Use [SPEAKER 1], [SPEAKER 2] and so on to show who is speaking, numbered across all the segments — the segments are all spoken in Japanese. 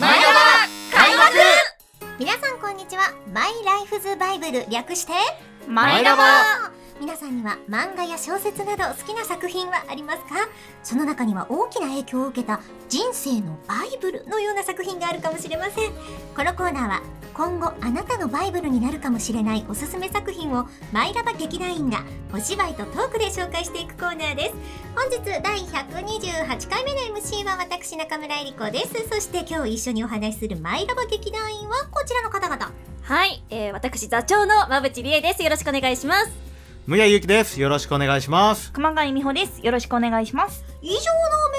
[SPEAKER 1] 前田は開幕
[SPEAKER 2] 皆さんこんにちはマイライフズバイブル略して
[SPEAKER 1] 前田は
[SPEAKER 2] 皆さんには漫画や小説など好きな作品はありますかその中には大きな影響を受けた人生のバイブルのような作品があるかもしれませんこのコーナーは今後あなたのバイブルになるかもしれないおすすめ作品をマイラバ劇団員がお芝居とトークで紹介していくコーナーです本日第128回目の MC は私中村えり子ですそして今日一緒にお話しするマイラバ劇団員はこちらの方々
[SPEAKER 1] はい、えー、私座長の馬淵理恵ですよろしくお願いします
[SPEAKER 3] むやゆうきです。よろしくお願いします。
[SPEAKER 4] 熊谷美穂です。よろしくお願いします。
[SPEAKER 2] 以上のメ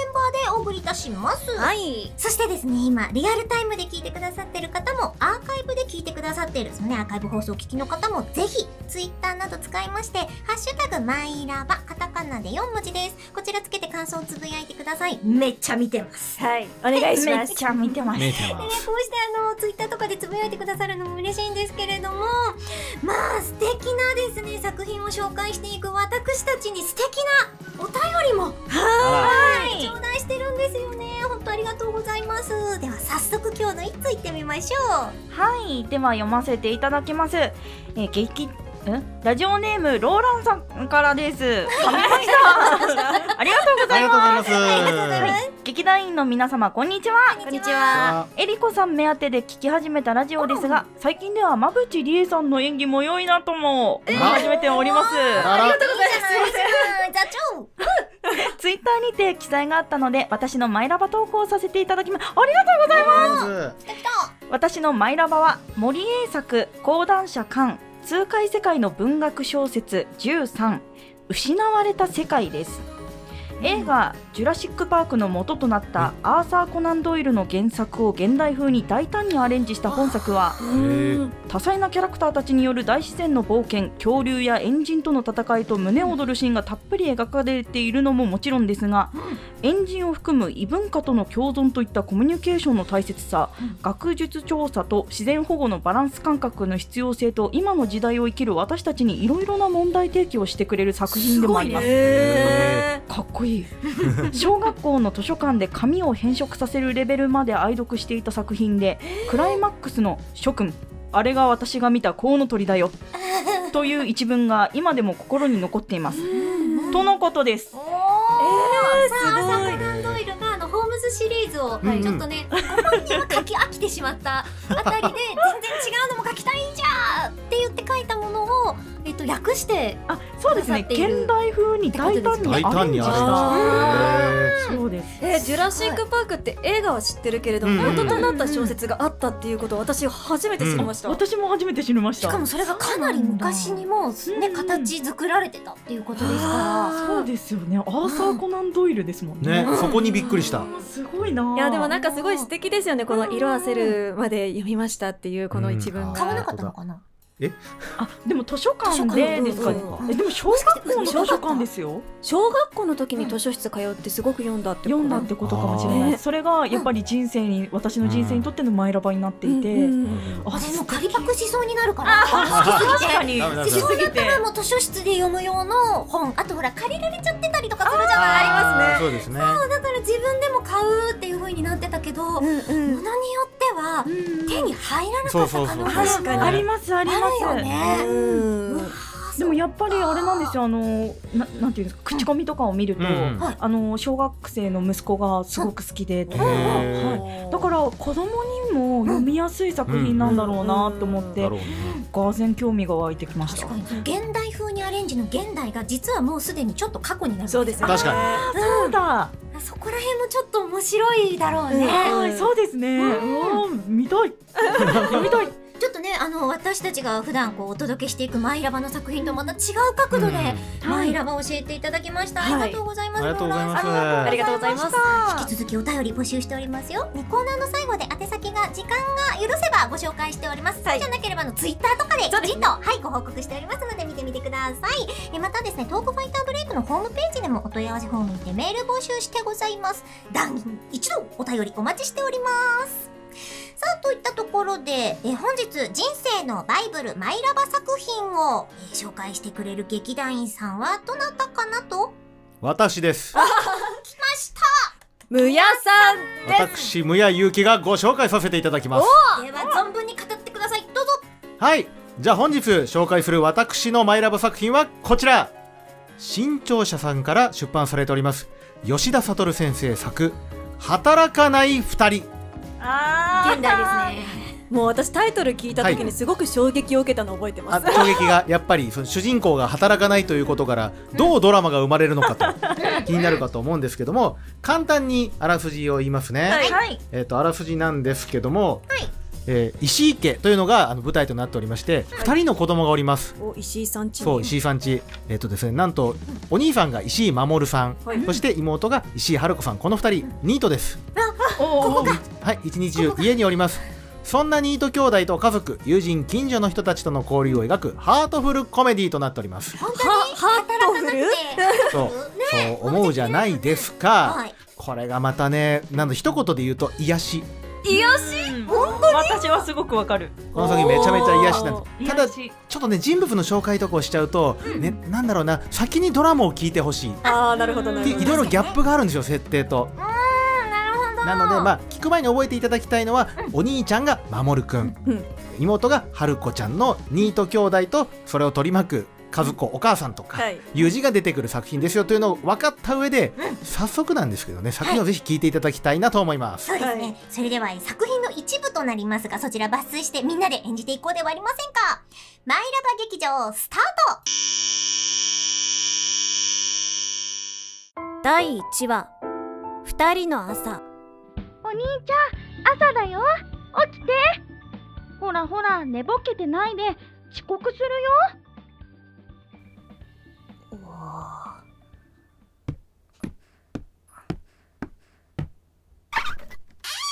[SPEAKER 2] ンバーでお送りいたします
[SPEAKER 1] はい
[SPEAKER 2] そしてですね、今、リアルタイムで聞いてくださっている方も、アーカイブで聞いてくださっている、そのね、アーカイブ放送を聞きの方も、ぜひ、ツイッターなど使いまして、ハッシュタグ、マイラバ、カタカナで4文字です。こちらつけて感想をつぶやいてください。めっちゃ見てます。
[SPEAKER 1] はいお願いし
[SPEAKER 4] め
[SPEAKER 1] ま
[SPEAKER 4] っ
[SPEAKER 1] す
[SPEAKER 4] ちゃ見てます。
[SPEAKER 3] 見えて
[SPEAKER 2] で
[SPEAKER 3] ま
[SPEAKER 2] ね、
[SPEAKER 3] す。
[SPEAKER 2] こうしてあの、ツイッターとかでつぶやいてくださるのも嬉しいんですけれども、まあ、素敵なですね、作品を紹介していく私たちに素敵なお便りも、
[SPEAKER 3] あ
[SPEAKER 2] はい、頂戴してるんですよね。本当ありがとうございます。では早速今日の一通行ってみましょ
[SPEAKER 4] はい、では読ませていただきます。えー、劇んラジオネームローランさんからです。神崎さん、ありがとうござい
[SPEAKER 3] らありがとうござい
[SPEAKER 4] ま。
[SPEAKER 3] ますす。
[SPEAKER 2] ます
[SPEAKER 4] 劇団員の皆様こんにちは。
[SPEAKER 2] う。
[SPEAKER 1] こんにちは
[SPEAKER 3] あ
[SPEAKER 4] えりこさん目当てで聞き始めたラジオですが、最近では馬淵理恵さんの演技も良いなとも思い始めております。
[SPEAKER 3] あら、
[SPEAKER 2] いいじゃないですか。座
[SPEAKER 4] ツイッターにて記載があったので、私のマイラバ投稿をさせていただきます。ありがとうございます。
[SPEAKER 3] あ
[SPEAKER 2] 長、来た
[SPEAKER 4] 私のマイラバは森英作講談社館痛快世界の文学小説13失われた世界です映画「ジュラシック・パーク」の元となったアーサー・コナン・ドイルの原作を現代風に大胆にアレンジした本作は
[SPEAKER 3] ー
[SPEAKER 4] 多彩なキャラクターたちによる大自然の冒険恐竜や猿人との戦いと胸躍るシーンがたっぷり描かれているのももちろんですが猿人を含む異文化との共存といったコミュニケーションの大切さ学術調査と自然保護のバランス感覚の必要性と今の時代を生きる私たちにいろいろな問題提起をしてくれる作品でもあります。
[SPEAKER 1] え
[SPEAKER 4] かっこいい小学校の図書館で紙を変色させるレベルまで愛読していた作品でクライマックスの「諸君あれが私が見たコウノトリだよ」という一文が今でも心に残っています。とのことです
[SPEAKER 2] お。ー
[SPEAKER 1] えー
[SPEAKER 2] さ
[SPEAKER 1] すご
[SPEAKER 2] あ、
[SPEAKER 1] い
[SPEAKER 2] アーサーコナンドイルがあのホームズシリーズを
[SPEAKER 3] うん
[SPEAKER 2] ちょっとね、ご本人は書き飽きてしまったあたりで全然違うのも書きたいんじゃーって言って書いたものをえっと略して
[SPEAKER 4] あそうですね
[SPEAKER 2] くださっている
[SPEAKER 4] 現代風に大胆にアレンジし
[SPEAKER 3] 大
[SPEAKER 4] た。
[SPEAKER 1] あ
[SPEAKER 3] へ
[SPEAKER 4] そうです
[SPEAKER 1] ーえジュラシック・パークって映画は知ってるけれど、
[SPEAKER 3] うん
[SPEAKER 1] 元となった小説があったっていうことを私初めて知りました、
[SPEAKER 4] 私も初めて知りまし
[SPEAKER 2] したかもそれがかなり昔にもね
[SPEAKER 4] うん
[SPEAKER 2] 形作られてたっていうことです
[SPEAKER 1] あ
[SPEAKER 2] から
[SPEAKER 1] ー。
[SPEAKER 4] そうですよねアーサー・コナン・ドイルですもんね
[SPEAKER 3] ーね、そこにびっくりした。
[SPEAKER 4] すごいない
[SPEAKER 1] いやでもなんかすごい素敵ですよねこの色あせるまで読みましたっていうこの一文
[SPEAKER 2] 買
[SPEAKER 1] が、
[SPEAKER 2] わなかったのかな。
[SPEAKER 4] あでも図書
[SPEAKER 2] 図書
[SPEAKER 4] 館で
[SPEAKER 2] 館
[SPEAKER 4] ですかね
[SPEAKER 1] うん
[SPEAKER 4] えでも小学校の図書館ですよ
[SPEAKER 1] 小学校の時に図書室通ってすごく読んだってこと
[SPEAKER 4] 読んだってことかもしれな
[SPEAKER 1] あー
[SPEAKER 4] いそれがやっぱり人生に私の人生にとってのマイラバになっていて、
[SPEAKER 1] うんうん
[SPEAKER 3] うん
[SPEAKER 4] あ
[SPEAKER 2] あれも
[SPEAKER 4] 素
[SPEAKER 2] う
[SPEAKER 4] 敵
[SPEAKER 2] 借りパクしそうになるから。好きすぎて。
[SPEAKER 4] に
[SPEAKER 3] ダメダ
[SPEAKER 2] で
[SPEAKER 3] メ
[SPEAKER 2] そうな
[SPEAKER 4] ぎ
[SPEAKER 2] ったらもう図書室で読む用の本あとほら借りられちゃってたりとかするじゃない
[SPEAKER 3] あー
[SPEAKER 1] あ
[SPEAKER 3] そうですね。
[SPEAKER 2] だから自分でも買うっていう風になってたけど、もの
[SPEAKER 1] うんうん
[SPEAKER 2] によっては手に入らなか
[SPEAKER 3] そ
[SPEAKER 2] っ
[SPEAKER 3] うそうそ
[SPEAKER 2] た可
[SPEAKER 3] う
[SPEAKER 2] 能性
[SPEAKER 1] 確
[SPEAKER 2] も
[SPEAKER 1] かに
[SPEAKER 4] ありますありま
[SPEAKER 2] ある
[SPEAKER 4] す
[SPEAKER 2] よね。
[SPEAKER 1] うん
[SPEAKER 4] でもやっぱりあれなんですよあのななんていうんですか口コミとかを見ると、
[SPEAKER 3] うん
[SPEAKER 2] はい
[SPEAKER 4] あの小学生の息子がすごく好きで、
[SPEAKER 3] へ
[SPEAKER 4] は
[SPEAKER 3] ー
[SPEAKER 4] いだから子供にも読みやすい作品なんだろうなと思って、
[SPEAKER 3] だろうね。
[SPEAKER 4] が然興味が湧いてきました
[SPEAKER 2] 確かに現代風にアレンジの現代が実はもうすでにちょっと過去になる
[SPEAKER 1] そうですね
[SPEAKER 3] 確かに
[SPEAKER 4] そうだ、
[SPEAKER 2] あそこら辺もちょっと面白いだろうね、
[SPEAKER 1] うん
[SPEAKER 4] はいそうですね、
[SPEAKER 2] うん
[SPEAKER 4] うん、見たい 読みたい
[SPEAKER 2] ちょっとねあの私たちが普段こうお届けしていくマイラバの作品とまた違う角度で、
[SPEAKER 4] うん
[SPEAKER 2] マイラバを教えていただきました、
[SPEAKER 1] はい
[SPEAKER 2] ありがとうございます
[SPEAKER 3] ありがとうございます
[SPEAKER 2] ローランさん
[SPEAKER 1] ありがとうございます
[SPEAKER 2] 引き続きお便り募集しておりますよ、ね、コーナーの最後で宛先が時間が許せばご紹介しております、
[SPEAKER 1] はい
[SPEAKER 2] そうじゃなければあのツイッターとかできちんと、はい、ご報告しておりますので見てみてくださいえまたですねトークファイターブレイクのホームページでもお問い合わせフォームにてメール募集してございます団員一度お便りお待ちしておりますさあといったところでえ本日人生のバイブルマイラバ作品をえ紹介してくれる劇団員さんはどなたかなと
[SPEAKER 3] 私です。
[SPEAKER 2] 来ました
[SPEAKER 1] むやさんです
[SPEAKER 3] 私、むやゆうきがご紹介させていただきます。
[SPEAKER 2] では存分に語ってくださいどうぞ
[SPEAKER 3] はい。じゃあ本日紹介する私のマイラブ作品はこちら。新潮社さんから出版されております。吉田悟先生作、働かない二人。
[SPEAKER 4] あ
[SPEAKER 2] 現代ですね
[SPEAKER 1] もう私タイトル聞いた時
[SPEAKER 3] は
[SPEAKER 1] に
[SPEAKER 3] い
[SPEAKER 1] すごく衝撃を受けたのを覚えてま
[SPEAKER 3] あ
[SPEAKER 1] す、
[SPEAKER 3] 衝撃がやっぱりその主人公が働かないということからどうドラマが生まれるのかと気になるかと思うんですけども簡単にあらすじを言いますね、
[SPEAKER 4] はいはい
[SPEAKER 3] えっとあらすじなんですけども、
[SPEAKER 2] はい
[SPEAKER 3] えー石井家というのがあの舞台となっておりまして2人の子供がおります
[SPEAKER 1] お石井さんちに
[SPEAKER 3] そう石井さんちえっ、とですねなんとお兄さんが石井守さん、
[SPEAKER 1] はい
[SPEAKER 3] そして妹が石井春子さんこの2人ニートです
[SPEAKER 4] おお
[SPEAKER 3] はい一日中家におりますそんなニート兄弟と家族友人近所の人たちとの交流を描くハートフルコメディーとなっております
[SPEAKER 2] 本当に
[SPEAKER 1] はハートフル
[SPEAKER 3] そうそう思うじゃないですか
[SPEAKER 2] はい
[SPEAKER 3] これがまたねなんと一言で言うと癒し
[SPEAKER 4] 本当に私はすごくわかる
[SPEAKER 3] この先めちゃめちゃ癒しなんですただ
[SPEAKER 4] 癒
[SPEAKER 3] ち
[SPEAKER 4] し
[SPEAKER 3] ょっとね人物の紹介とかをしちゃうと、ね、なんだろうな先にドラマを聞いてほしい
[SPEAKER 1] ああなるほどな
[SPEAKER 3] っ
[SPEAKER 1] る
[SPEAKER 3] て
[SPEAKER 1] ほ
[SPEAKER 3] い
[SPEAKER 1] ど
[SPEAKER 3] ろいろギャップがあるんですよ設定と
[SPEAKER 2] なるほど
[SPEAKER 3] なのでまあ聞く前に覚えていただきたいのは、お兄ちゃんが守くん、
[SPEAKER 1] うん
[SPEAKER 3] 妹が春子ちゃんのニート兄弟とそれを取り巻く家族お母さんとか、
[SPEAKER 1] はい
[SPEAKER 3] 友人が出てくる作品ですよというのを分かった上で、早速なんですけどね作品をぜひ聞いていただきたいなと思います、
[SPEAKER 2] そうですね、
[SPEAKER 1] はい
[SPEAKER 2] それでは作品の一部となりますがそちら抜粋してみんなで演じていこうではありませんかマイラバ劇場スタート
[SPEAKER 5] 第1話二人の朝
[SPEAKER 6] お兄ちゃん朝だよ起きてほらほら寝ぼけてないで遅刻するよ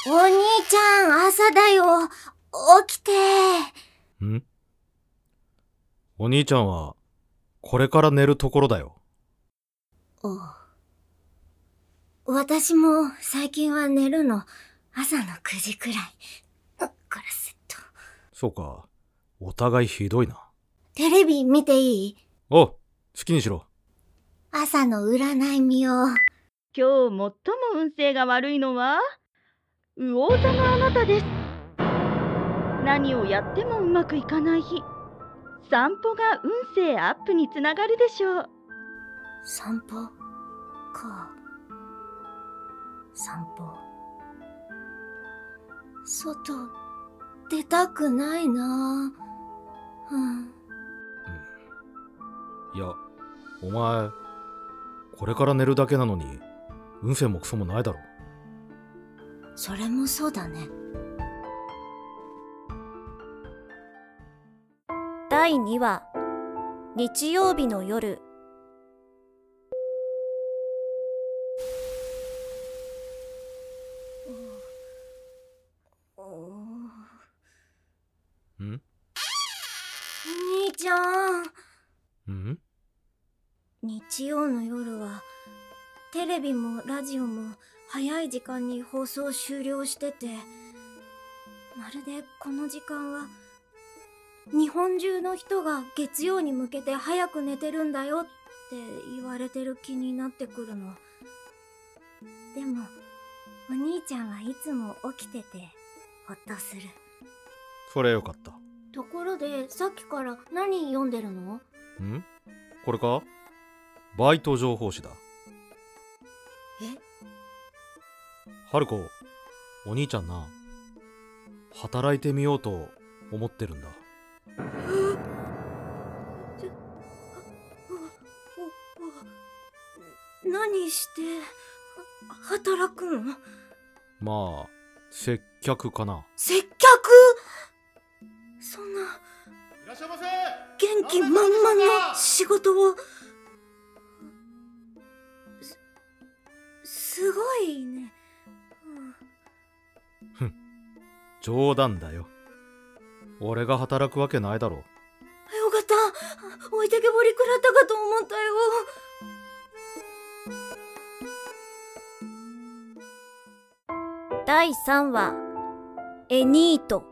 [SPEAKER 2] お兄ちゃん朝だよ起きて
[SPEAKER 3] んお兄ちゃんはこれから寝るところだよ
[SPEAKER 2] 私も最近は寝るの朝の9時くらいからセット
[SPEAKER 3] そうかお互いひどいな
[SPEAKER 2] テレビ見ていい
[SPEAKER 3] お好きにしろ
[SPEAKER 2] 朝の占い見よう
[SPEAKER 6] 今日最も運勢が悪いのは魚座のあなたです何をやってもうまくいかない日散歩が運勢アップにつながるでしょう
[SPEAKER 2] 散歩か散歩外出たくないなうん
[SPEAKER 7] いや、お前、これから寝るだけなのに、運勢もクソもないだろ。
[SPEAKER 2] それもそうだね
[SPEAKER 5] 第2話日曜日の夜
[SPEAKER 7] ん
[SPEAKER 2] お兄ちゃん
[SPEAKER 7] ん
[SPEAKER 2] 日曜の夜はテレビもラジオも早い時間に放送終了しててまるでこの時間は日本中の人が月曜に向けて早く寝てるんだよって言われてる気になってくるのでもお兄ちゃんはいつも起きててほっとする
[SPEAKER 7] そりゃよかった。
[SPEAKER 2] ところでさっきから何読んでるの
[SPEAKER 7] んこれかバイト情報誌だ。
[SPEAKER 2] え
[SPEAKER 7] 春子、お兄ちゃんな、働いてみようと思ってるんだ。
[SPEAKER 2] 何しては働くの
[SPEAKER 7] まあ、接客かな。
[SPEAKER 2] 接客そんない
[SPEAKER 3] らっしゃいませ
[SPEAKER 2] 元気満々の仕事をすすごいね
[SPEAKER 7] 冗談だよ。俺が働くわけないだろ。
[SPEAKER 2] よかった置いてけぼり食らったかと思ったよ
[SPEAKER 5] 第3話エニート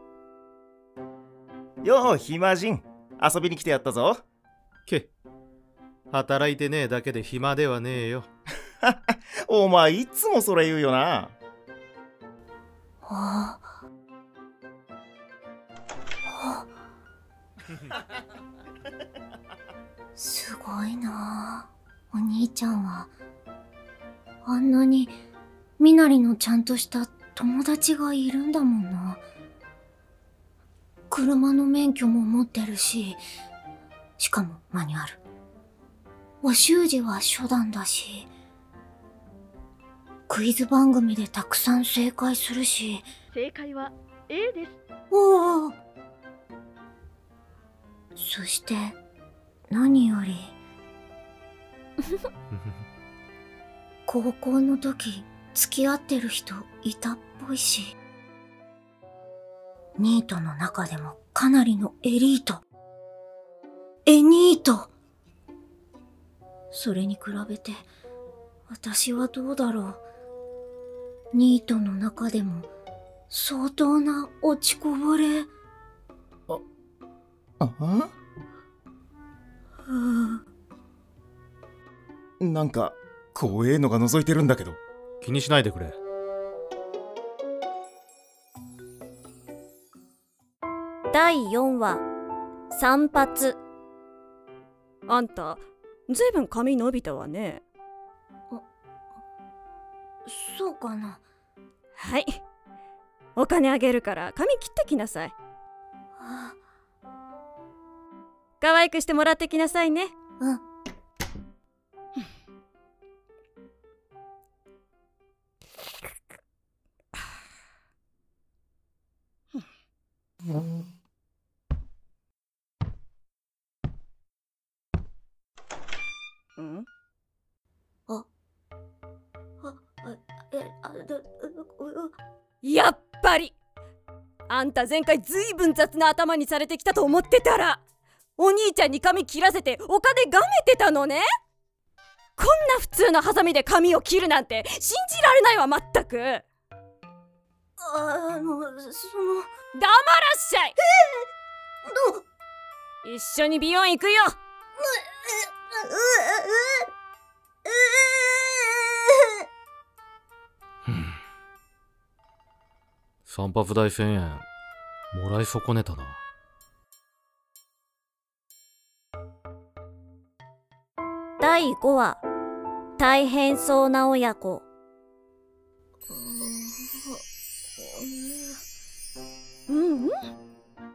[SPEAKER 8] よう暇人遊びに来てやったぞ
[SPEAKER 7] け、働いてねえだけで暇ではねえよ。
[SPEAKER 8] お前いつもそれ言うよな。
[SPEAKER 5] あ
[SPEAKER 2] すごいなあお兄ちゃんはあんなに
[SPEAKER 5] みなりのちゃんとした友達がいるんだもんな。車の免許も持ってるし、しかもマニュアル。和習字は初段だし、クイズ番組でたくさん正解するし、
[SPEAKER 6] 正解は A です
[SPEAKER 5] おおそして、何より、高校の時付き合ってる人いたっぽいしニートの中でもかなりのエリートエニートそれに比べて私はどうだろうニートの中でも相当な落ちこぼれ
[SPEAKER 8] あ
[SPEAKER 5] うん
[SPEAKER 8] なんか怖えのが覗いてるんだけど。
[SPEAKER 7] 気にしないでくれ
[SPEAKER 5] 第4話散髪
[SPEAKER 9] あんたずいぶん髪伸びたわね
[SPEAKER 5] そうかな
[SPEAKER 9] はいお金あげるから髪切ってきなさい
[SPEAKER 5] あ
[SPEAKER 9] 可愛くしてもらってきなさいね
[SPEAKER 5] うん
[SPEAKER 9] うん
[SPEAKER 5] えあだううう
[SPEAKER 9] やっぱりあんた前回ずいぶん雑な頭にされてきたと思ってたらお兄ちゃんに髪切らせてお金がめてたのねこんな普通のハサミで髪を切るなんて信じられないわまったく黙らっ
[SPEAKER 5] ああのその
[SPEAKER 9] しゃい一緒に美容院行くよ
[SPEAKER 7] 散髪代1000円もらい損ねたな
[SPEAKER 5] 第5話大変そうな親子
[SPEAKER 9] うんうん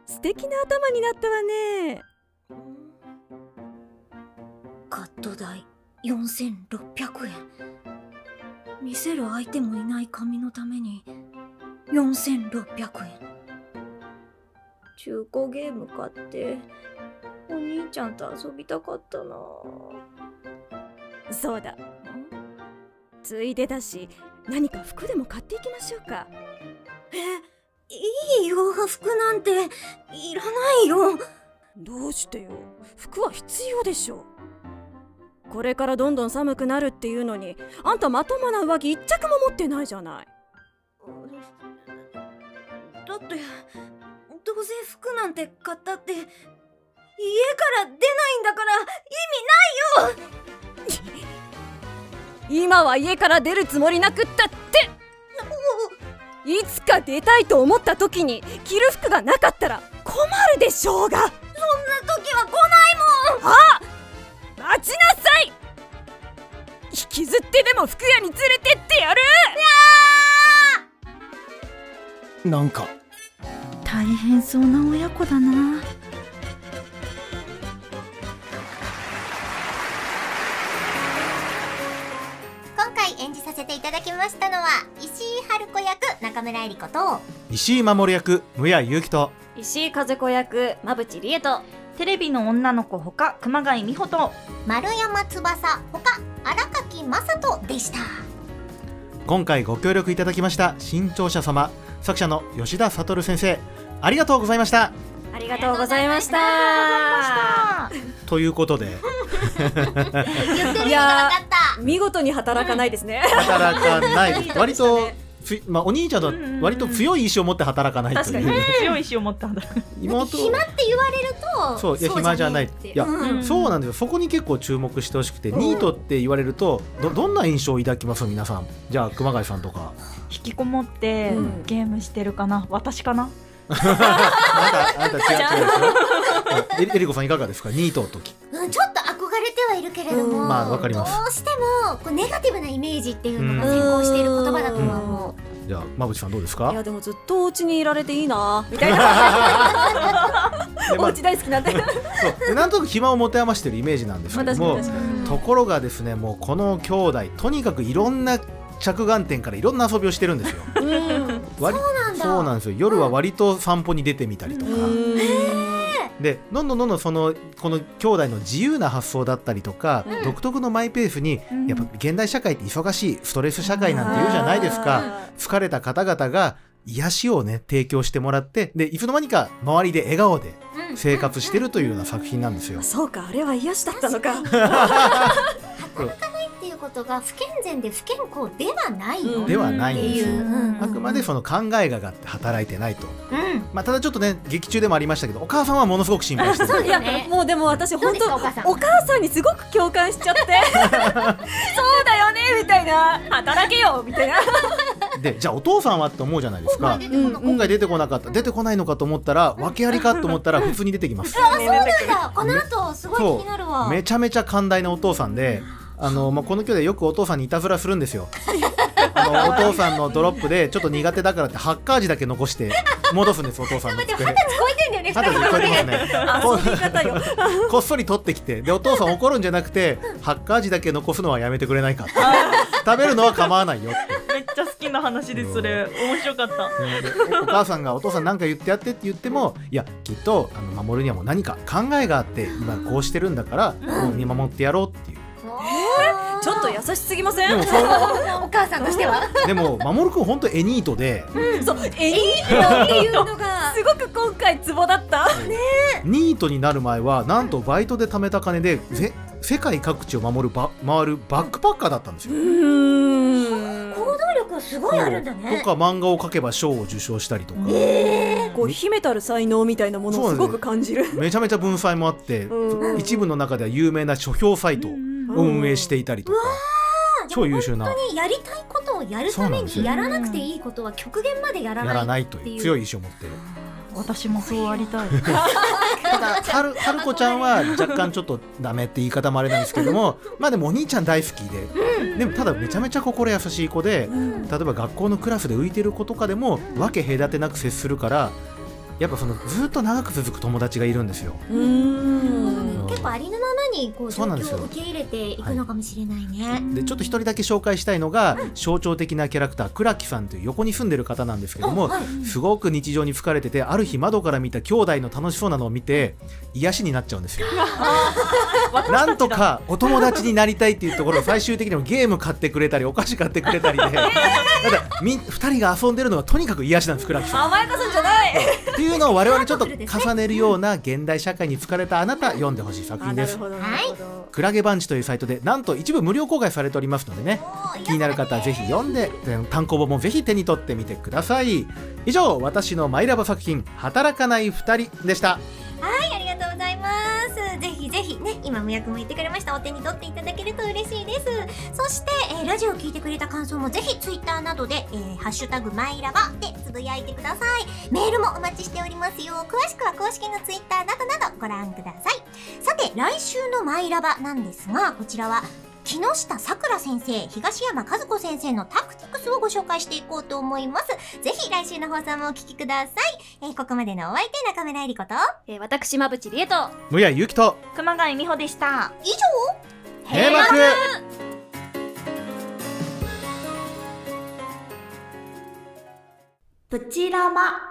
[SPEAKER 9] 素敵な頭になったわね
[SPEAKER 5] カット代4600円見せる相手もいない紙のために4600円中古ゲーム買ってお兄ちゃんと遊びたかったな
[SPEAKER 9] そうだついでだし何か服でも買っていきましょうか
[SPEAKER 5] いい洋服なんていらないよ
[SPEAKER 9] どうしてよ服は必要でしょうこれからどんどん寒くなるっていうのにあんたまともな上着一着も持ってないじゃない
[SPEAKER 5] だってどうせ服なんて買ったって家から出ないんだから
[SPEAKER 9] 今は家から出るつもりなくったっていつか出たいと思った時に着る服がなかったら困るでしょうが
[SPEAKER 5] 時は来
[SPEAKER 9] 待ちなさい引きずってでも服屋に連れてってやる
[SPEAKER 8] なんか
[SPEAKER 4] 大変そうな親子だな
[SPEAKER 2] 今回演じさせていただきましたのは石井春子役中村えり子と
[SPEAKER 3] 石井守役無谷祐希と
[SPEAKER 1] 石井和子役馬淵理恵と
[SPEAKER 4] テレビの女の子ほか熊谷美穂と
[SPEAKER 2] 丸山翼ほか荒垣正人でした
[SPEAKER 3] 今回ご協力いただきました新潮社様作者の吉田悟先生ありがとうございました
[SPEAKER 1] ありがとうございまし
[SPEAKER 4] あ
[SPEAKER 1] た
[SPEAKER 3] ということで
[SPEAKER 2] 言ってる
[SPEAKER 1] い
[SPEAKER 2] 意味が
[SPEAKER 1] や
[SPEAKER 2] 分かった
[SPEAKER 1] 見事に働かないですね
[SPEAKER 3] 働かない割とついまあ、お兄ちゃんとは割と強い意志を持って働かないと
[SPEAKER 1] 確
[SPEAKER 3] い
[SPEAKER 1] か
[SPEAKER 3] う
[SPEAKER 1] に
[SPEAKER 4] 強い意志を持ったんだ
[SPEAKER 3] 妹
[SPEAKER 2] 暇って言われると
[SPEAKER 3] そういや暇じゃない
[SPEAKER 2] そう
[SPEAKER 3] い
[SPEAKER 2] じゃねえって
[SPEAKER 3] や、
[SPEAKER 2] うん
[SPEAKER 3] そうなんですよそこに結構注目してほしくて、ニートって言われるとどどんな印象を抱きます皆さんじゃあ熊谷さんとか
[SPEAKER 4] 引きこもって
[SPEAKER 1] うん
[SPEAKER 4] ゲームしてるかな私かな
[SPEAKER 3] あなたあなた違う違うですよええりこさんいかがですかニートの時
[SPEAKER 2] うん、ちょっと憧れてはいるけれども、
[SPEAKER 1] うん
[SPEAKER 3] まあわかります
[SPEAKER 2] どうしてもこうネガティブなイメージっていうのが先行している言葉だとは思う、
[SPEAKER 3] じゃあ馬淵さんどうです
[SPEAKER 1] い
[SPEAKER 3] か
[SPEAKER 1] やでもずっとお家にいられていいなみたいな
[SPEAKER 3] で
[SPEAKER 1] お
[SPEAKER 3] まあ
[SPEAKER 1] 家大好きなんで
[SPEAKER 3] そうでなんとなく暇を持て余してるイメージなんですけども、
[SPEAKER 1] まあ確か
[SPEAKER 3] ところがですねもうこの兄弟とにかくいろんな着眼点からいろんな遊びをしてるんですよ。割そうなん
[SPEAKER 2] だ
[SPEAKER 3] ですよ夜は割と散歩に出てみたりとか、でどんどんどんどんそのこの兄弟の自由な発想だったりとか、独特のマイペースに、
[SPEAKER 4] うん
[SPEAKER 3] やっぱ現代社会って忙しいストレス社会なんて言うじゃないですか。疲れた方々が癒しをね提供してもらってでいつの間にか周りで笑顔で
[SPEAKER 2] うん
[SPEAKER 3] 生活してるというような作品なんですよ。
[SPEAKER 1] そうかあれは癒しだったのか
[SPEAKER 2] 働かないっていうことが不健全で不健康ではないよ、
[SPEAKER 1] うん
[SPEAKER 3] ではない
[SPEAKER 2] っ
[SPEAKER 3] ん
[SPEAKER 2] て
[SPEAKER 3] で
[SPEAKER 2] い
[SPEAKER 3] す
[SPEAKER 2] う、
[SPEAKER 3] よ。
[SPEAKER 2] うん
[SPEAKER 3] あくまでその考えががあって働いてないと、
[SPEAKER 2] うん
[SPEAKER 3] まあ、ただちょっとね劇中でもありましたけどお母さんはものすごく心 配してる
[SPEAKER 2] そうだね
[SPEAKER 1] もうでも私
[SPEAKER 2] どう
[SPEAKER 1] 本
[SPEAKER 2] で
[SPEAKER 1] 当
[SPEAKER 2] すかお母さん
[SPEAKER 1] お母さんにすごく共感しちゃってそうだよねみたいな働けよみたいな
[SPEAKER 3] でじゃあお父さんはって思うじゃないですか
[SPEAKER 2] 出てこなかった
[SPEAKER 3] 今回出てこなかった出てこないのかと思ったら訳ありかと思ったら普通に出て きます
[SPEAKER 2] あそうなんだこの後すごい気になるわ
[SPEAKER 3] めちゃめちゃ寛大なお父さんであの、まあ、この兄弟よくお父さんにいたずらするんですよあのお父さんのドロップでちょっと苦手だからってハッカー字だけ残して戻すんですお父さんの机に
[SPEAKER 2] 超えてんだよね
[SPEAKER 3] ただ聞こえてますねこ
[SPEAKER 1] 言い方よ
[SPEAKER 3] こっそり取ってきてでお父さん怒るんじゃなくてハッカー字だけ残すのはやめてくれないかって食べるのは構わないよって
[SPEAKER 4] めっちゃ好きな話ですそれ面白かった
[SPEAKER 3] でお母さんが「お父さんなんか言ってやって」って言ってもいやきっとあの守るにはもう何か考えがあって今こうしてるんだからもう見守ってやろうっていう
[SPEAKER 1] ちょっと優しすぎませ
[SPEAKER 3] で
[SPEAKER 1] ん
[SPEAKER 3] もそう
[SPEAKER 2] お母さんとしては
[SPEAKER 3] でも守君本当エニートで
[SPEAKER 1] そうエリートっていうのがすごく今回ツボだった
[SPEAKER 3] ニートになる前はなんとバイトで貯めた金でぜ世界各地を守るば回るバックパッカーだったんですよ。
[SPEAKER 2] 行動力すごいあるんだね
[SPEAKER 3] とか漫画を描けば賞を受賞したりとか、
[SPEAKER 1] こう秘めたる才能みたいなものをすごく感じる
[SPEAKER 3] めちゃめちゃ文才もあって、
[SPEAKER 1] うん
[SPEAKER 3] 一部の中では有名な書評サイトを運営していたりとか、超優秀な
[SPEAKER 2] 本当にやりたいことをやるため
[SPEAKER 3] そうなんですよ
[SPEAKER 2] にやらなくていいことは極限までやら
[SPEAKER 3] やら
[SPEAKER 2] な
[SPEAKER 3] ないいという強い意志を持ってる
[SPEAKER 4] 私もそうあり たい
[SPEAKER 3] ただはるはるこちゃんは若干ちょっとダメって言い方もあれなんですけどもまあでもお兄ちゃん大好きで、でもただめちゃめちゃ心優しい子で、例えば学校のクラスで浮いてる子とかでも分け隔てなく接するからやっぱそのずっと長く続く友達がいるんですよ。
[SPEAKER 1] うん
[SPEAKER 2] 結構ありのままにこう
[SPEAKER 3] そ
[SPEAKER 2] 状
[SPEAKER 3] うなんですよ
[SPEAKER 2] 況を受け入れていくのかもしれないね。
[SPEAKER 3] でちょっと一人だけ紹介したいのが象徴的なキャラクター倉木さんという横に住んでる方なんですけども、すごく日常に疲れててある日窓から見た兄弟の楽しそうなのを見て癒しになっちゃう んですよ。なんとかお友達になりたいっていうところを最終的にもゲーム買ってくれたりお菓子買ってくれた りでだからみ2人が遊んでるのがとにかく癒しなんです倉 木さん。
[SPEAKER 1] 甘やかすんじゃない
[SPEAKER 3] っていうのを我々ちょっと重ねるような現代社会に疲れたあなた読んでほしい作
[SPEAKER 1] あ
[SPEAKER 3] 品
[SPEAKER 1] な
[SPEAKER 3] で
[SPEAKER 1] る
[SPEAKER 3] す。
[SPEAKER 1] ほどな
[SPEAKER 2] は
[SPEAKER 1] る
[SPEAKER 2] い
[SPEAKER 1] ほど
[SPEAKER 3] クラゲバンチというサイトでなんと一部無料公開されておりますのでね気になる方はぜひ読んで単行本もぜひ手に取ってみてください以上私のマイラボ作品「働かない2人」でした
[SPEAKER 2] はい、ありがとうございます。ぜひぜひね、今無役も言ってくれました。お手に取っていただけると嬉しいです。そして、えーラジオを聞いてくれた感想もぜひツイッターなどで、えーハッシュタグマイラバでつぶやいてください。メールもお待ちしておりますよ。詳しくは公式のツイッターなどなどご覧ください。さて、来週のマイラバなんですが、こちらは木下さくら先生、東山和子先生のタクティクスをご紹介していこうと思います。ぜひ来週の放送もお聞きください。えーここまでのお相手中村えりこと、
[SPEAKER 9] えー私馬淵理恵と
[SPEAKER 3] 無谷ゆきと
[SPEAKER 4] 熊谷美穂でした
[SPEAKER 2] 以上
[SPEAKER 3] 閉幕
[SPEAKER 4] プチラマ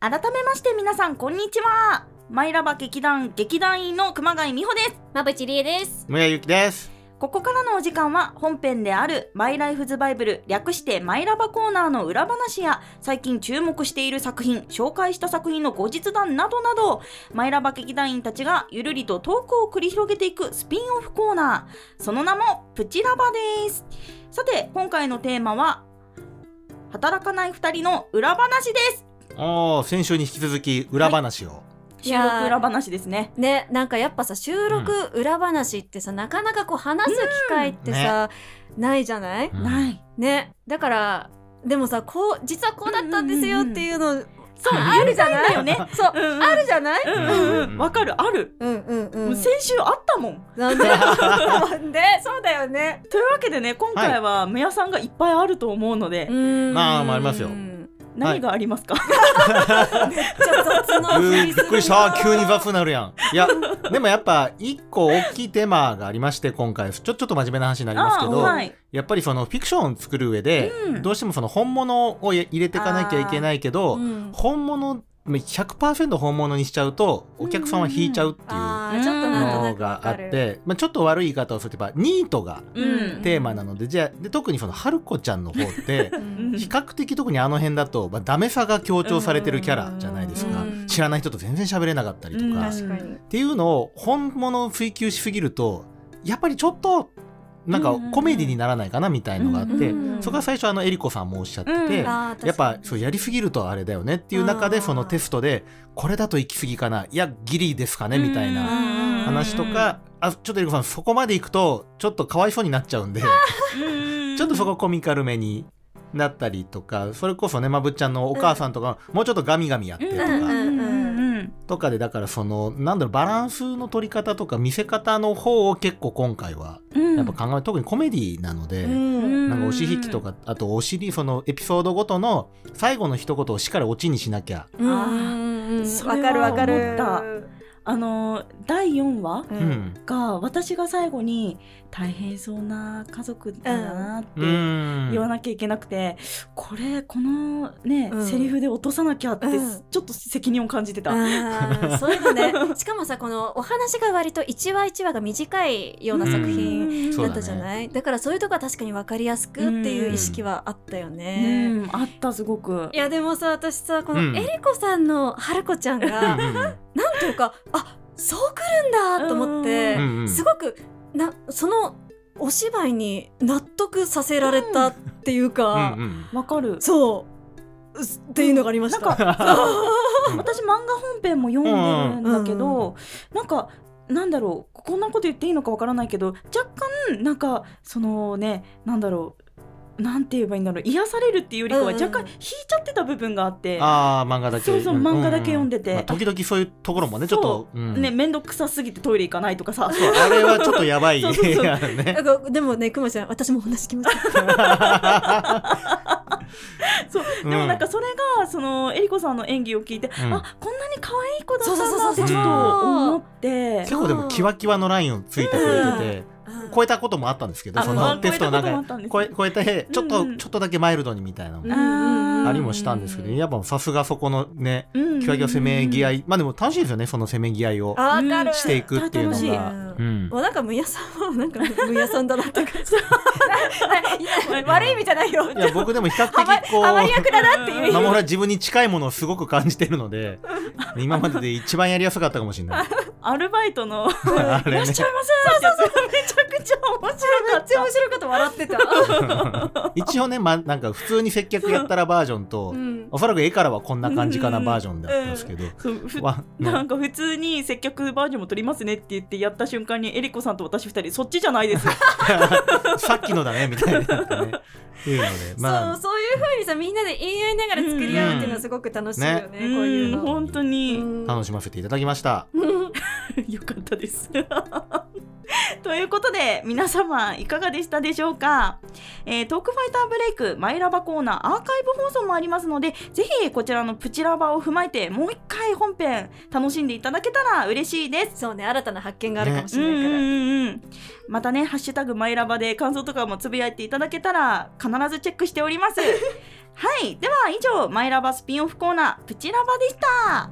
[SPEAKER 4] 改めまして皆さんこんにちはマイラバ劇団劇団員の熊谷美穂です
[SPEAKER 9] 馬淵理恵です
[SPEAKER 3] 無谷ゆきです
[SPEAKER 4] ここからのお時間は本編であるマイライフズバイブル略してマイラバコーナーの裏話や最近注目している作品紹介した作品の後日談などなどマイラバ劇団員たちがゆるりとトークを繰り広げていくスピンオフコーナーその名もプチラバですさて今回のテーマは働かない2人の裏話です
[SPEAKER 3] ああ先週に引き続き裏話を、
[SPEAKER 9] い
[SPEAKER 4] 収
[SPEAKER 9] やー
[SPEAKER 4] 録裏話ですね
[SPEAKER 9] ね、なんかやっぱさ収録裏話ってさ、なかなかこう話す機会ってさ、ないじゃない
[SPEAKER 3] うん
[SPEAKER 4] ない
[SPEAKER 9] ねだからでもさこう実はこうだったんですよっていうの、そう
[SPEAKER 4] うん
[SPEAKER 9] あるじゃない
[SPEAKER 4] よね
[SPEAKER 9] そう、
[SPEAKER 4] うんうん
[SPEAKER 9] あるじゃない、
[SPEAKER 4] うんうんわかるある、
[SPEAKER 9] うん、うんうん
[SPEAKER 4] もう先週あったもん
[SPEAKER 9] なんでなんでそうだよね
[SPEAKER 4] というわけでね今回はむやさんがいっぱいあると思うので、
[SPEAKER 3] ま
[SPEAKER 9] ま
[SPEAKER 3] あまあありますよ
[SPEAKER 4] 何がありますか、
[SPEAKER 9] ちょっと雑な
[SPEAKER 3] う
[SPEAKER 9] ふ
[SPEAKER 3] ー
[SPEAKER 9] り
[SPEAKER 3] びっ
[SPEAKER 9] する
[SPEAKER 3] くりした急に雑になるやんいやでもやっぱ一個大きいテーマがありまして今回ちょちょっと真面目な話になりますけ
[SPEAKER 4] あー
[SPEAKER 3] ど、
[SPEAKER 4] はい
[SPEAKER 3] やっぱりそのフィクションを作る上で、
[SPEAKER 4] うん
[SPEAKER 3] どうしてもその本物を入れていかなきゃいけないけど、
[SPEAKER 9] うん
[SPEAKER 3] 本物100%本物にしちゃうとお客さんは引いちゃうっていう
[SPEAKER 9] あーちょっとなんとな
[SPEAKER 3] の
[SPEAKER 9] くわ
[SPEAKER 3] があ
[SPEAKER 9] か
[SPEAKER 3] っ
[SPEAKER 9] る
[SPEAKER 3] て、まあ、ちょっと悪い言い方をすればニートが
[SPEAKER 4] うん
[SPEAKER 3] テーマなので、じゃあで特にその春子ちゃんの方っ て
[SPEAKER 9] うん
[SPEAKER 3] 比較的特にあの辺だと、まあ、ダメさが強調されてるキャラじゃないですか、
[SPEAKER 9] うん
[SPEAKER 3] 知らない人と全然喋れなかったりとか、っ
[SPEAKER 4] 確かに
[SPEAKER 3] ていうのを本物を追求しすぎるとやっぱりちょっとなんかコメディにならないかなみたいのがあって、
[SPEAKER 9] うん
[SPEAKER 3] そこは最初あのエリコさんもおっしゃってて、
[SPEAKER 4] うん
[SPEAKER 9] あー
[SPEAKER 3] やっぱ
[SPEAKER 9] 確か
[SPEAKER 3] そうやりすぎるとあれだよねっていう中
[SPEAKER 9] あー
[SPEAKER 3] でそのテストでこれだと行き過ぎかないやギリですかねみたいな
[SPEAKER 9] うん
[SPEAKER 3] 話とか、あちょっとエリコさんそこまで行くとちょっとかわいそうになっちゃうんで。
[SPEAKER 4] うん
[SPEAKER 3] ちょっとそこコミカルめになったりとかそれこそねまぶっちゃんのお母さんとか、もうちょっとガミガミやってとか、
[SPEAKER 9] うんう
[SPEAKER 4] うん
[SPEAKER 9] ん
[SPEAKER 4] うんうん
[SPEAKER 3] とかでだからそのなんだろうバランスの取り方とか見せ方の方を結構今回は
[SPEAKER 4] うん
[SPEAKER 3] やっぱ考え、特にコメディなので。
[SPEAKER 9] うん
[SPEAKER 3] なんかおし引きとかあとお尻そのエピソードごとの最後の一言をしっかりオチにしなきゃ、
[SPEAKER 9] うんうんうん
[SPEAKER 4] そ
[SPEAKER 9] わ
[SPEAKER 4] れ
[SPEAKER 9] かる
[SPEAKER 4] は
[SPEAKER 9] わ
[SPEAKER 4] 思
[SPEAKER 9] かる
[SPEAKER 4] ったあのー第4話
[SPEAKER 9] う
[SPEAKER 3] うんん、
[SPEAKER 4] が私が最後に大変そうな家族だなって
[SPEAKER 3] うん
[SPEAKER 4] 言わなきゃいけなくて、これこのね、
[SPEAKER 9] うん
[SPEAKER 4] セリフで落とさなきゃって、
[SPEAKER 9] うん
[SPEAKER 4] ちょっと責任を感じてた、
[SPEAKER 9] あーそういうのねしかもさこのお話が割と一話一話が短いような作品
[SPEAKER 3] そ
[SPEAKER 9] だ
[SPEAKER 3] う
[SPEAKER 9] ったじゃない、だからそういうとこは確かに分かりやすくっていう意識はあったよね。
[SPEAKER 4] うんあったすごく
[SPEAKER 9] いやでもさ私さこ
[SPEAKER 3] うん
[SPEAKER 9] のえりこさんの春子ちゃんが、
[SPEAKER 3] うんうん
[SPEAKER 9] なんていうかあそう来るんだと思って、
[SPEAKER 3] うんうん
[SPEAKER 9] すごくなそのお芝居に納得させられたっていうか、
[SPEAKER 3] うんうん
[SPEAKER 4] わかる
[SPEAKER 9] そううっっていうのがありました。
[SPEAKER 4] なんか
[SPEAKER 3] うん
[SPEAKER 4] 私漫画本編も読んでるんだけど、なんかなんだろうこんなこと言っていいのかわからないけど若干なんかそのねなんだろうなんて言えばいいんだろう癒されるっていうよりかは
[SPEAKER 9] うんうん
[SPEAKER 4] 若干引いちゃってた部分があって、
[SPEAKER 3] ああ漫画だけ
[SPEAKER 4] そうそう漫画だけ読んでて
[SPEAKER 3] まあ時々そういうところもねちょっと、うん
[SPEAKER 4] ね面倒くさすぎてトイレ行かないとかさ
[SPEAKER 3] そうあれはちょっとやばい
[SPEAKER 4] そうそう そう
[SPEAKER 3] やるね
[SPEAKER 9] なんかでもねくまちゃん私もお話聞きました。
[SPEAKER 4] そう
[SPEAKER 3] うん
[SPEAKER 4] でもなんかそれがそのえりこさんの演技を聞いて、
[SPEAKER 3] うん
[SPEAKER 4] あこんなに可愛い子だったん
[SPEAKER 9] そ
[SPEAKER 4] だ
[SPEAKER 9] うそう
[SPEAKER 4] っ
[SPEAKER 9] そ
[SPEAKER 4] て
[SPEAKER 9] う
[SPEAKER 4] ち
[SPEAKER 3] そ
[SPEAKER 4] ょ
[SPEAKER 3] う
[SPEAKER 4] っと思って
[SPEAKER 3] 結構でもキワキワのラインをついてくれてて、
[SPEAKER 9] うん
[SPEAKER 3] 超えたこともあったんですけど
[SPEAKER 4] あ
[SPEAKER 3] そ
[SPEAKER 4] まあ
[SPEAKER 3] のテストの中
[SPEAKER 4] 超
[SPEAKER 3] で超
[SPEAKER 4] え
[SPEAKER 3] え超えてちょっと、
[SPEAKER 4] うんうん
[SPEAKER 3] ちょっとだけマイルドにみたいなのもありもしたんですけど、
[SPEAKER 9] うん
[SPEAKER 3] やっぱさすがそこのねキ
[SPEAKER 4] キ
[SPEAKER 3] ワキワ攻めぎ合
[SPEAKER 4] い
[SPEAKER 3] い、まあでも楽しいですよねその攻めぎ合いを
[SPEAKER 9] あわかる。
[SPEAKER 3] していくっていうの
[SPEAKER 4] 絶対
[SPEAKER 3] が、
[SPEAKER 9] 楽し
[SPEAKER 3] う
[SPEAKER 9] い
[SPEAKER 3] ん
[SPEAKER 9] もうなんかむやさんはなんかむやさんだ なって感じ。いや 悪い意味じゃないよ。
[SPEAKER 3] いや僕でも比較
[SPEAKER 9] ハマ
[SPEAKER 3] 的こ
[SPEAKER 9] ハマり
[SPEAKER 3] う
[SPEAKER 9] 役だなっていう意
[SPEAKER 3] まあ
[SPEAKER 9] 味。
[SPEAKER 3] 俺は自分に近いものをすごく感じてるので今までで一番やりやすかったかもしれない。
[SPEAKER 4] アルバイトの
[SPEAKER 3] あれね
[SPEAKER 4] ちゃいませんめちゃくちゃ面白か
[SPEAKER 9] め
[SPEAKER 4] っ
[SPEAKER 9] っちゃ
[SPEAKER 4] た
[SPEAKER 9] 面白かった笑ってた。
[SPEAKER 3] 一応ね、まあ、なんか普通に接客やったらバージョンと、
[SPEAKER 9] うん。
[SPEAKER 3] おそらく絵からはこんな感じかなバージョンだったんですけど、
[SPEAKER 4] そうふ
[SPEAKER 3] わ
[SPEAKER 4] なんか普通に接客バージョンも撮りますねって言ってやった瞬間にえりこさんと私二人そっちじゃない ですよ
[SPEAKER 3] さっきのだねみたいになってね。っていうので、 ま
[SPEAKER 9] そうそういう風にさみんなで言い合いながら作り合うっていうのはすごく楽しいよね、こういう
[SPEAKER 4] うん
[SPEAKER 9] の。
[SPEAKER 4] 本当
[SPEAKER 9] う
[SPEAKER 4] に
[SPEAKER 9] ん
[SPEAKER 3] あ、楽しませていただきました。
[SPEAKER 4] よかったです ということで皆様いかがでしたでしょうか、えートークファイターブレイクマイラバコーナーアーカイブ放送もありますのでぜひこちらのプチラバを踏まえてもう一回本編楽しんでいただけたら嬉しいです
[SPEAKER 9] そうね新たな発見があるかもし
[SPEAKER 4] うん
[SPEAKER 9] れ
[SPEAKER 4] う
[SPEAKER 9] ないから。
[SPEAKER 4] んうんまたね「ハッシュタグマイラバ」で感想とかもつぶやいていただけたら必ずチェッ クしておりますはいでは以上マイラバスピンオフコーナープチラバでした